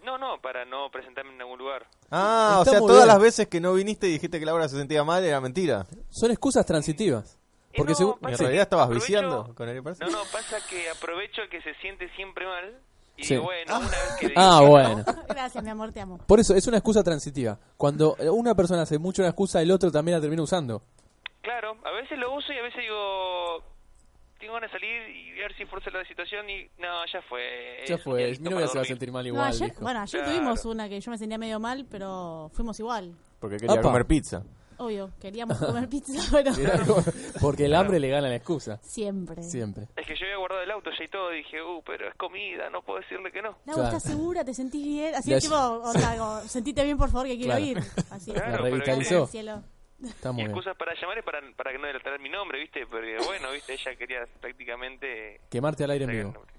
Speaker 7: No, no, para no presentarme en algún lugar.
Speaker 3: Ah,
Speaker 2: Está
Speaker 3: o sea,
Speaker 2: muy
Speaker 3: todas
Speaker 2: bien.
Speaker 3: las veces que no viniste y dijiste que Laura se sentía mal era mentira.
Speaker 2: Son excusas transitivas.
Speaker 7: Eh,
Speaker 2: Porque
Speaker 7: no,
Speaker 2: según-
Speaker 7: pasa
Speaker 3: En
Speaker 7: que
Speaker 3: realidad estabas
Speaker 7: aprovecho-
Speaker 3: viciando con el
Speaker 7: No, no, pasa que aprovecho el que se siente siempre mal. Y
Speaker 2: Sí.
Speaker 7: digo, bueno, una vez que le
Speaker 2: Ah,
Speaker 7: digo que
Speaker 2: bueno.
Speaker 4: Gracias, mi amor, te amo.
Speaker 2: Por eso, es una excusa transitiva. Cuando una persona hace mucho una excusa, el otro también la termina usando.
Speaker 7: no- Claro, a veces lo uso y a veces digo, tengo ganas de salir y ver si fuerza la situación y no, ya fue.
Speaker 2: Ya
Speaker 7: es un día
Speaker 2: fue,
Speaker 7: listo
Speaker 2: mi
Speaker 7: para
Speaker 2: novia se va a
Speaker 7: dormir.
Speaker 2: sentir mal
Speaker 4: No,
Speaker 2: igual.
Speaker 4: ayer,
Speaker 2: dijo.
Speaker 4: bueno, ayer
Speaker 7: Claro.
Speaker 4: tuvimos una que yo me sentía medio mal, pero fuimos igual.
Speaker 3: Porque quería
Speaker 2: Apa.
Speaker 3: comer pizza.
Speaker 4: Obvio, queríamos comer pizza, pero
Speaker 2: Mirá cómo- Porque el hambre le gana la excusa.
Speaker 4: siempre.
Speaker 7: Mm.
Speaker 2: Siempre.
Speaker 7: Es que yo había guardado el auto ya y todo, y dije, uh, pero es comida, no puedo decirle que no.
Speaker 4: No,
Speaker 2: Claro.
Speaker 4: ¿estás segura? ¿Te sentís bien? Así
Speaker 2: Ya-
Speaker 4: es tipo, o sea, como, sentite bien, por favor, que quiero
Speaker 2: Claro.
Speaker 4: ir. Así.
Speaker 7: Claro,
Speaker 2: La
Speaker 7: pero
Speaker 2: revitalizó.
Speaker 4: Gracias, cielo.
Speaker 2: Está muy
Speaker 7: Y
Speaker 2: bien.
Speaker 7: excusas para llamar es para, para que no delatar mi nombre, ¿viste? Porque, bueno, ¿viste? Ella quería prácticamente...
Speaker 2: Quemarte al aire en
Speaker 7: sacar el
Speaker 2: vivo.
Speaker 7: nombre.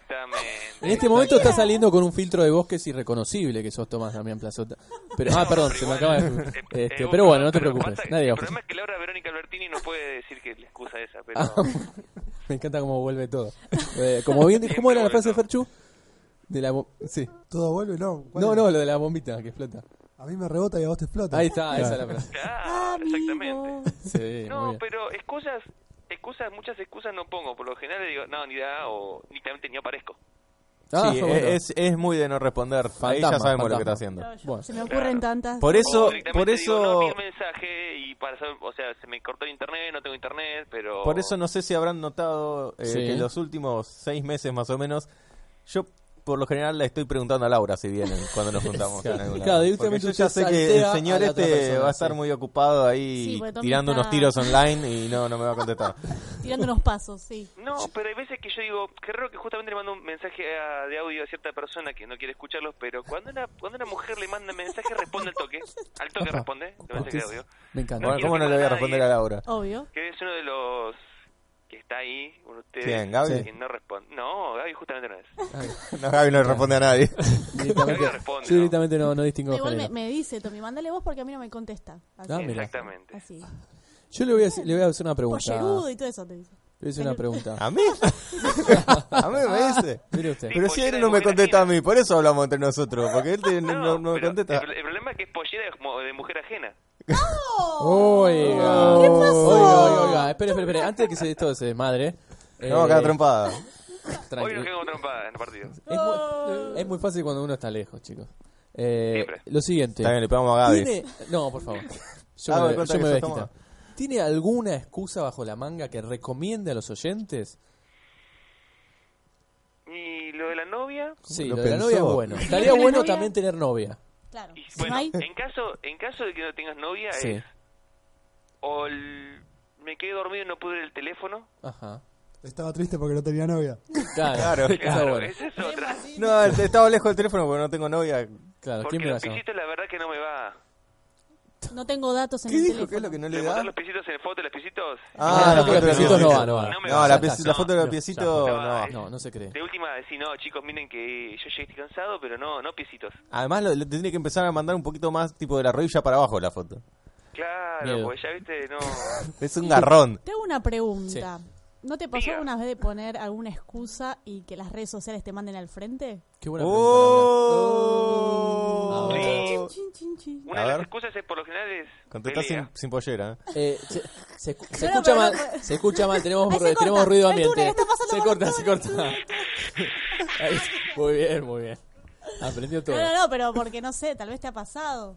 Speaker 7: Exactamente.
Speaker 2: En este momento está saliendo con un filtro de voz que es irreconocible, que sos Tomás Damián Plazota. Pero, ah, perdón, se me acaba de...
Speaker 7: Eh, eh,
Speaker 2: Este,
Speaker 7: vos,
Speaker 2: pero bueno, no te
Speaker 7: pero
Speaker 2: preocupes.
Speaker 7: pasa-
Speaker 2: Nadie
Speaker 7: El
Speaker 2: va a
Speaker 7: problema es que Laura Verónica Albertini no puede decir que es la excusa esa, pero...
Speaker 2: Ah, me encanta cómo vuelve todo. Eh, como bien, ¿Cómo era la frase de Ferchu? De la bo- sí.
Speaker 8: Todo vuelve, no. ¿cuál
Speaker 2: No,
Speaker 8: es?
Speaker 2: no, lo de la bombita que explota.
Speaker 8: A mí me rebota y a vos te explota.
Speaker 2: Ahí está, esa es la frase.
Speaker 7: Claro,
Speaker 4: Amigo.
Speaker 7: ah, exactamente.
Speaker 2: Ah, Sí, muy
Speaker 7: No, pues,
Speaker 2: bien.
Speaker 7: pero excusas... Excusas, muchas excusas no pongo. Por lo general le digo, no, ni da, o ni también ni aparezco.
Speaker 2: Ah,
Speaker 3: sí, eh,
Speaker 2: bueno.
Speaker 3: es, es muy de no responder. Ahí
Speaker 2: Fantasma,
Speaker 3: ya sabemos
Speaker 2: fantasma.
Speaker 3: lo que está haciendo.
Speaker 4: No, yo-
Speaker 2: Bueno.
Speaker 4: Se me ocurren tantas.
Speaker 3: Por
Speaker 7: O
Speaker 3: eso,
Speaker 7: directamente
Speaker 3: por
Speaker 7: digo, no
Speaker 3: eso,
Speaker 7: vi el mensaje y para saber- o sea, se me cortó el internet, no tengo internet, pero...
Speaker 3: por eso no sé si habrán notado eh,
Speaker 2: Sí.
Speaker 3: que los últimos seis meses más o menos, yo por lo general le estoy preguntando a Laura si vienen cuando nos juntamos. en
Speaker 2: Claro,
Speaker 3: algún lado.
Speaker 2: claro,
Speaker 3: Porque
Speaker 2: directamente
Speaker 3: yo ya
Speaker 2: usted
Speaker 3: sé que el
Speaker 2: saltea
Speaker 3: señor
Speaker 2: a la otra
Speaker 3: este
Speaker 2: persona,
Speaker 3: va a
Speaker 2: sí.
Speaker 3: estar muy ocupado ahí
Speaker 4: Sí, porque Tommy
Speaker 3: tirando
Speaker 4: está-
Speaker 3: unos tiros online y no, no me va a contestar.
Speaker 4: Tirando unos pasos, sí.
Speaker 7: No, pero hay veces que yo digo, qué raro que justamente le mando un mensaje a- de audio a cierta persona que no quiere escucharlos, pero cuando una, cuando una mujer le manda mensaje responde al toque, al toque responde, el mensaje de audio.
Speaker 2: Me encanta.
Speaker 3: Bueno,
Speaker 7: quiero
Speaker 3: ¿cómo no le voy a
Speaker 7: quemar a
Speaker 3: responder a
Speaker 7: nadie.
Speaker 3: Laura?
Speaker 4: Obvio.
Speaker 7: Que es uno de los que está ahí, uno de ustedes,
Speaker 3: ¿Quién, Gaby?
Speaker 7: que no responde. No, Gaby justamente no es.
Speaker 3: No, Gaby no le responde a nadie.
Speaker 2: Directamente,
Speaker 7: Nadie responde,
Speaker 2: yo
Speaker 7: ¿no?
Speaker 2: directamente no, no distingo
Speaker 4: Igual me,
Speaker 2: género.
Speaker 4: me dice, Tommy, mándale vos porque a mí no me contesta. Así.
Speaker 2: Ah, mira.
Speaker 7: Exactamente.
Speaker 4: Así.
Speaker 2: Yo le voy, a, hacer- le voy a hacer una pregunta.
Speaker 4: Pollerudo
Speaker 2: Le
Speaker 4: y todo eso te dice.
Speaker 2: voy a hacer una pregunta.
Speaker 3: ¿A mí? ¿A mí me dice?
Speaker 2: Mire usted.
Speaker 7: Sí,
Speaker 3: Pero si
Speaker 7: porque
Speaker 3: él
Speaker 7: era
Speaker 3: no me
Speaker 7: mujer
Speaker 3: contesta a
Speaker 7: ajena.
Speaker 3: mí, por eso hablamos entre nosotros, porque él te- no, no me
Speaker 7: pero eh,
Speaker 3: contesta.
Speaker 7: El, el problema es que es pollera de mu- de mujer ajena.
Speaker 2: Oiga.
Speaker 4: ¿Qué pasó?
Speaker 2: Oiga, oiga, oiga. Espere, espere, espere. Antes de que se esto se desmadre. eh,
Speaker 3: No, cada trompada.
Speaker 7: Hoy no
Speaker 2: tranqui-
Speaker 7: quedo trompada en el partido.
Speaker 2: Es mu- es muy fácil cuando uno está lejos, chicos. Eh,
Speaker 7: Siempre.
Speaker 2: lo siguiente.
Speaker 3: También le pegamos a Gaby.
Speaker 2: ¿Tiene... No, por favor. Yo
Speaker 3: Ah,
Speaker 2: me,
Speaker 3: me cuenta
Speaker 2: yo
Speaker 3: que
Speaker 2: me voy a
Speaker 3: sos
Speaker 2: quitar. ¿Tiene alguna excusa bajo la manga que recomiende a los oyentes?
Speaker 7: Y lo de la novia,
Speaker 2: Sí,
Speaker 3: Lo
Speaker 2: lo, de la
Speaker 3: pensó.
Speaker 2: novia es bueno. Estaría
Speaker 4: ¿Lo de la
Speaker 2: bueno
Speaker 4: novia?
Speaker 2: también tener novia.
Speaker 4: Claro.
Speaker 7: y
Speaker 4: Si no
Speaker 7: bueno,
Speaker 4: hay-
Speaker 7: en caso, en caso de que no tengas novia,
Speaker 2: Sí.
Speaker 7: es o el- me quedé dormido y no pude ver el teléfono.
Speaker 2: Ajá.
Speaker 6: Estaba triste porque no tenía novia.
Speaker 2: Claro,
Speaker 3: Claro,
Speaker 2: está
Speaker 7: Claro,
Speaker 2: bueno.
Speaker 7: esa es otra.
Speaker 3: No, estaba lejos del teléfono porque no tengo novia.
Speaker 2: Claro,
Speaker 7: Porque
Speaker 2: ¿quién me va a
Speaker 7: los
Speaker 2: llamar?
Speaker 7: pisitos la verdad que no me va.
Speaker 4: No tengo datos en
Speaker 3: ¿Qué
Speaker 4: el
Speaker 3: dijo?
Speaker 4: teléfono.
Speaker 3: ¿Qué es lo que no
Speaker 7: Le
Speaker 3: le
Speaker 7: botar
Speaker 3: da?
Speaker 7: los pisitos en el foto, los pisitos.
Speaker 3: Ah,
Speaker 2: No,
Speaker 3: la foto
Speaker 2: los
Speaker 3: de
Speaker 2: piecitos
Speaker 3: los
Speaker 2: no
Speaker 3: piecitos.
Speaker 2: va, no va.
Speaker 7: No me
Speaker 3: No,
Speaker 7: va,
Speaker 3: la
Speaker 7: ya
Speaker 3: piec-
Speaker 7: está.
Speaker 3: la foto de
Speaker 2: No,
Speaker 3: los
Speaker 2: ya
Speaker 3: piecitos
Speaker 7: fue.
Speaker 3: no va.
Speaker 2: Ah, No, no se cree.
Speaker 7: De última decir, no, chicos, miren que yo ya estoy cansado, pero no, no pisitos.
Speaker 3: Además, lo, lo tendría que empezar a mandar un poquito más, tipo de la rodilla para abajo la foto.
Speaker 7: Claro,
Speaker 2: Miedo.
Speaker 7: pues ya viste, no.
Speaker 3: Es un garrón.
Speaker 4: Te hago una pregunta. ¿No te pasó
Speaker 7: Diga.
Speaker 4: alguna vez de poner alguna excusa y que las redes sociales te manden al frente?
Speaker 2: Qué buena pregunta.
Speaker 3: ¡Oh!
Speaker 2: Ah,
Speaker 7: Sí.
Speaker 4: Chin, chin, chin.
Speaker 7: Una
Speaker 3: A
Speaker 7: de las
Speaker 3: ver.
Speaker 7: excusas es por lo general es.
Speaker 3: Contestá
Speaker 7: pelea.
Speaker 3: sin, sin pollera. ¿eh?
Speaker 2: Eh, se, se escu- se
Speaker 4: No,
Speaker 2: escucha
Speaker 4: pero
Speaker 2: mal,
Speaker 4: no puede-
Speaker 2: se escucha mal, tenemos,
Speaker 4: Ahí se
Speaker 2: ru-
Speaker 4: corta.
Speaker 2: tenemos ruido
Speaker 4: El túnel
Speaker 2: ambiente.
Speaker 4: está pasando
Speaker 2: Se
Speaker 4: por
Speaker 2: corta,
Speaker 4: el
Speaker 2: se
Speaker 4: túnel,
Speaker 2: corta.
Speaker 4: el
Speaker 2: Ahí, muy bien, muy bien. Aprendió todo.
Speaker 4: No, no, no, pero porque no sé, tal vez te ha pasado.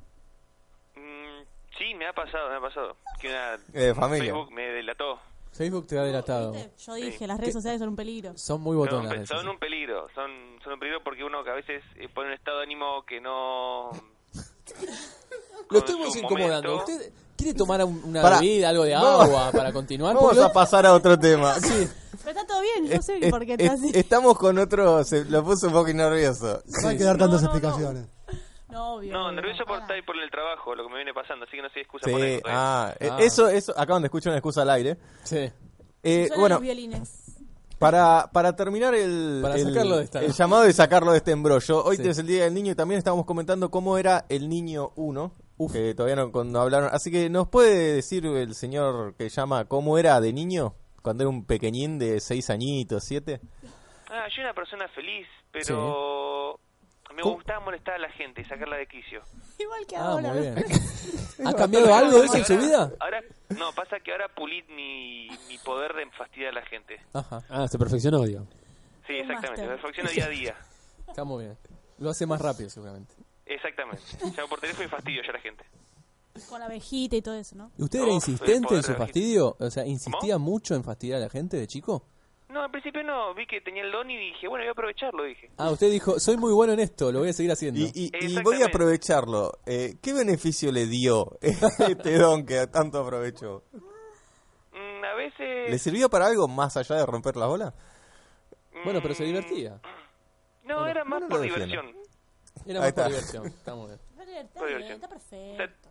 Speaker 7: Mm, sí, me ha pasado, me ha pasado. Que una.
Speaker 3: Eh, de familia.
Speaker 7: Facebook me delató.
Speaker 2: Facebook te ha delatado.
Speaker 4: ¿Viste? Yo dije, las redes sociales son un peligro.
Speaker 2: Son muy
Speaker 7: Son,
Speaker 2: botonas.
Speaker 7: un pe-
Speaker 2: esas.
Speaker 7: son un peligro, son, son un peligro porque uno que a veces eh, pone un estado de ánimo que no.
Speaker 2: Lo
Speaker 7: con
Speaker 2: estamos
Speaker 7: su
Speaker 2: incomodando.
Speaker 7: momento.
Speaker 2: ¿Usted quiere tomar un- una
Speaker 3: Pará.
Speaker 2: bebida, algo de
Speaker 3: No.
Speaker 2: agua para continuar?
Speaker 3: Vamos
Speaker 2: Porque
Speaker 3: a pasar a otro tema.
Speaker 4: Pero está todo bien, yo sé
Speaker 3: Es-
Speaker 4: por qué
Speaker 3: es-
Speaker 4: estás así.
Speaker 3: Estamos con otro. Se lo puso un poco nervioso.
Speaker 6: No hay que dar tantas
Speaker 4: No, no, no.
Speaker 6: explicaciones.
Speaker 4: No, obvio.
Speaker 7: No,
Speaker 4: obvio,
Speaker 7: nervioso por
Speaker 4: Ah.
Speaker 7: estar ahí por el trabajo, lo que me viene pasando, así que no soy excusa por
Speaker 3: Sí,
Speaker 7: eso. todavía.
Speaker 3: ah, eh,
Speaker 2: Ah.
Speaker 3: Eso, eso. Acá donde escucho una excusa al aire.
Speaker 2: Sí.
Speaker 3: Eh,
Speaker 4: Suenan
Speaker 3: bueno,
Speaker 4: los violines.
Speaker 3: Para, para terminar el,
Speaker 2: Para
Speaker 3: el-
Speaker 2: sacarlo de esta-
Speaker 3: el llamado y sacarlo de este embrollo, hoy
Speaker 2: Sí.
Speaker 3: es el Día del Niño y también estábamos comentando cómo era el niño 1, que todavía no cuando hablaron. Así que, ¿nos puede decir el señor que llama cómo era de niño? Cuando era un pequeñín de 6 añitos, 7.
Speaker 7: Ah, yo era una persona feliz, pero. Me gustaba molestar a la gente y sacarla de quicio.
Speaker 4: Igual que
Speaker 2: Ah,
Speaker 4: ahora.
Speaker 2: muy bien. ¿Ha cambiado algo de eso en su
Speaker 7: Ahora-
Speaker 2: vida?
Speaker 7: Ahora, no, pasa que ahora pulí mi, mi poder de fastidiar a la gente.
Speaker 2: Ajá,
Speaker 5: Ah, se perfeccionó, digo.
Speaker 7: Sí,
Speaker 4: Un
Speaker 7: exactamente,
Speaker 4: máster.
Speaker 7: me perfecciono día a día.
Speaker 2: está muy bien. Lo hace más rápido, seguramente.
Speaker 7: Exactamente. Llamo por teléfono y fastidio ya a la gente.
Speaker 4: Con la abejita y todo eso, ¿no?
Speaker 2: ¿Y usted era
Speaker 7: No,
Speaker 2: insistente
Speaker 7: poder
Speaker 2: en su
Speaker 7: de la gente.
Speaker 2: fastidio? O sea, ¿insistía mucho en fastidiar a la gente de chico?
Speaker 7: No, al principio no, vi que tenía el don y dije, bueno, voy a aprovecharlo, dije.
Speaker 2: Ah, usted dijo, soy muy bueno en esto, lo voy a seguir haciendo.
Speaker 3: Y, y- y voy
Speaker 7: Exactamente.
Speaker 3: a aprovecharlo. Eh, ¿Qué beneficio le dio este don que tanto aprovechó?
Speaker 7: Mm, a veces...
Speaker 3: ¿Le sirvió para algo más allá de romper la bola?
Speaker 2: Bueno, pero se
Speaker 7: mm,
Speaker 2: divertía.
Speaker 7: No, era más
Speaker 3: no lo
Speaker 7: por
Speaker 3: defiendo.
Speaker 7: diversión.
Speaker 2: Era más
Speaker 3: Ahí
Speaker 2: por
Speaker 3: está.
Speaker 2: diversión. Está muy bien.
Speaker 4: Está bien, está perfecto.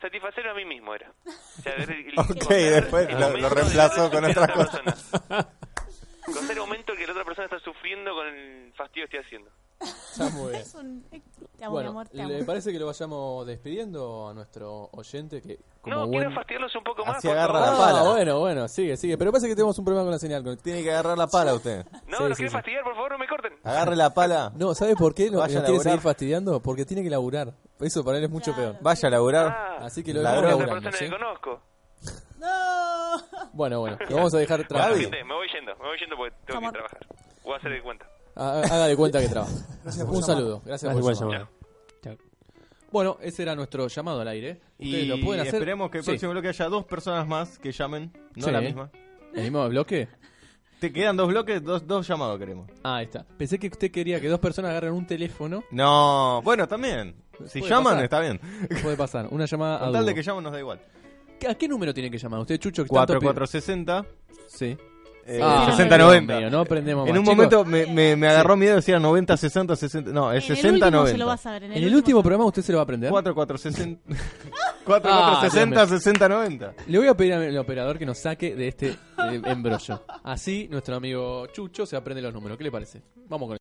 Speaker 7: Satisfacer a mí mismo era. O sea, el- el-
Speaker 3: Ok,
Speaker 7: encontrar
Speaker 3: después
Speaker 7: el
Speaker 3: lo- lo
Speaker 7: momento de
Speaker 3: reemplazó
Speaker 7: satisfacer
Speaker 3: con
Speaker 7: a
Speaker 3: otra
Speaker 7: persona. Encontrar el momento que la otra persona está sufriendo con el fastidio que estoy haciendo.
Speaker 2: Está muy bien.
Speaker 4: Es un... Te amo, mi
Speaker 2: Bueno,
Speaker 4: amor, te amo.
Speaker 2: ¿le parece que lo vayamos despidiendo a nuestro oyente que como
Speaker 7: No,
Speaker 2: buen...
Speaker 7: quiero fastidiarlos un poco más.
Speaker 3: Así
Speaker 7: por
Speaker 3: agarra
Speaker 7: favor.
Speaker 3: la pala.
Speaker 2: Ah, bueno, bueno, sigue, sigue. Pero parece que tenemos un problema con la señal. con-
Speaker 3: Tiene que agarrar la pala usted.
Speaker 7: No,
Speaker 2: Sí, sí,
Speaker 7: los
Speaker 2: Ah,
Speaker 7: quiero
Speaker 2: sí.
Speaker 7: fastidiar, por favor, no me corten.
Speaker 3: Agarre la pala.
Speaker 2: No, ¿sabe por qué no,
Speaker 3: Vaya a
Speaker 2: nos quiere
Speaker 3: laburar.
Speaker 2: seguir fastidiando? Porque tiene que laburar. Eso para él es mucho
Speaker 4: Claro.
Speaker 2: peor.
Speaker 3: Vaya a laburar.
Speaker 7: Ah,
Speaker 2: Así que lo
Speaker 3: Ladrón.
Speaker 2: dejamos
Speaker 7: otra
Speaker 2: laburando,
Speaker 7: persona que
Speaker 2: ¿sí?
Speaker 7: conozco.
Speaker 4: ¡No!
Speaker 2: Bueno, bueno, lo vamos a dejar
Speaker 7: Bueno,
Speaker 2: trabajar.
Speaker 7: gente, me voy yendo, me voy yendo porque tengo que
Speaker 4: Amor.
Speaker 7: trabajar. Voy a hacer de cuenta.
Speaker 2: Ah, Haga de cuenta que trabaja.
Speaker 6: Gracias por
Speaker 2: Un
Speaker 6: llamar.
Speaker 2: saludo. Gracias
Speaker 5: Gracias
Speaker 2: por
Speaker 5: por
Speaker 2: llamar.
Speaker 5: llamar.
Speaker 2: Bueno, ese era nuestro llamado al aire. Ustedes
Speaker 3: Y
Speaker 2: lo pueden hacer.
Speaker 3: esperemos que el
Speaker 2: Sí.
Speaker 3: próximo bloque haya dos personas más que llamen, no
Speaker 2: Sí.
Speaker 3: la misma.
Speaker 2: ¿El mismo bloque?
Speaker 3: Te quedan dos bloques, dos, dos llamados queremos.
Speaker 2: Ah, ahí está. Pensé que usted quería que dos personas agarren un teléfono.
Speaker 3: No, bueno, también. Si
Speaker 2: Puede
Speaker 3: llaman,
Speaker 2: pasar.
Speaker 3: está bien.
Speaker 2: Puede pasar. Una llamada a
Speaker 3: Con tal de
Speaker 2: dúo.
Speaker 3: que llamen nos da igual.
Speaker 2: ¿A qué número tiene que llamar? Usted, Chucho, que tanto pide.
Speaker 3: 4460
Speaker 2: Sí.
Speaker 3: eh,
Speaker 2: Ah,
Speaker 3: 6090.
Speaker 2: Dios mío, no aprendemos
Speaker 3: en
Speaker 2: más,
Speaker 3: un
Speaker 2: chicos.
Speaker 3: momento me, me, me agarró miedo decía 90 60 60, no, es
Speaker 4: En el
Speaker 3: 60
Speaker 4: último se lo
Speaker 3: 90.
Speaker 4: vas a ver.
Speaker 2: En el, último programa usted se lo va a aprender.
Speaker 3: 4460
Speaker 2: Ah,
Speaker 3: 4460 60 90.
Speaker 2: Le voy a pedir al operador que nos saque de este eh, embrollo. Así nuestro amigo Chucho se aprende los números. ¿Qué le parece? Vamos con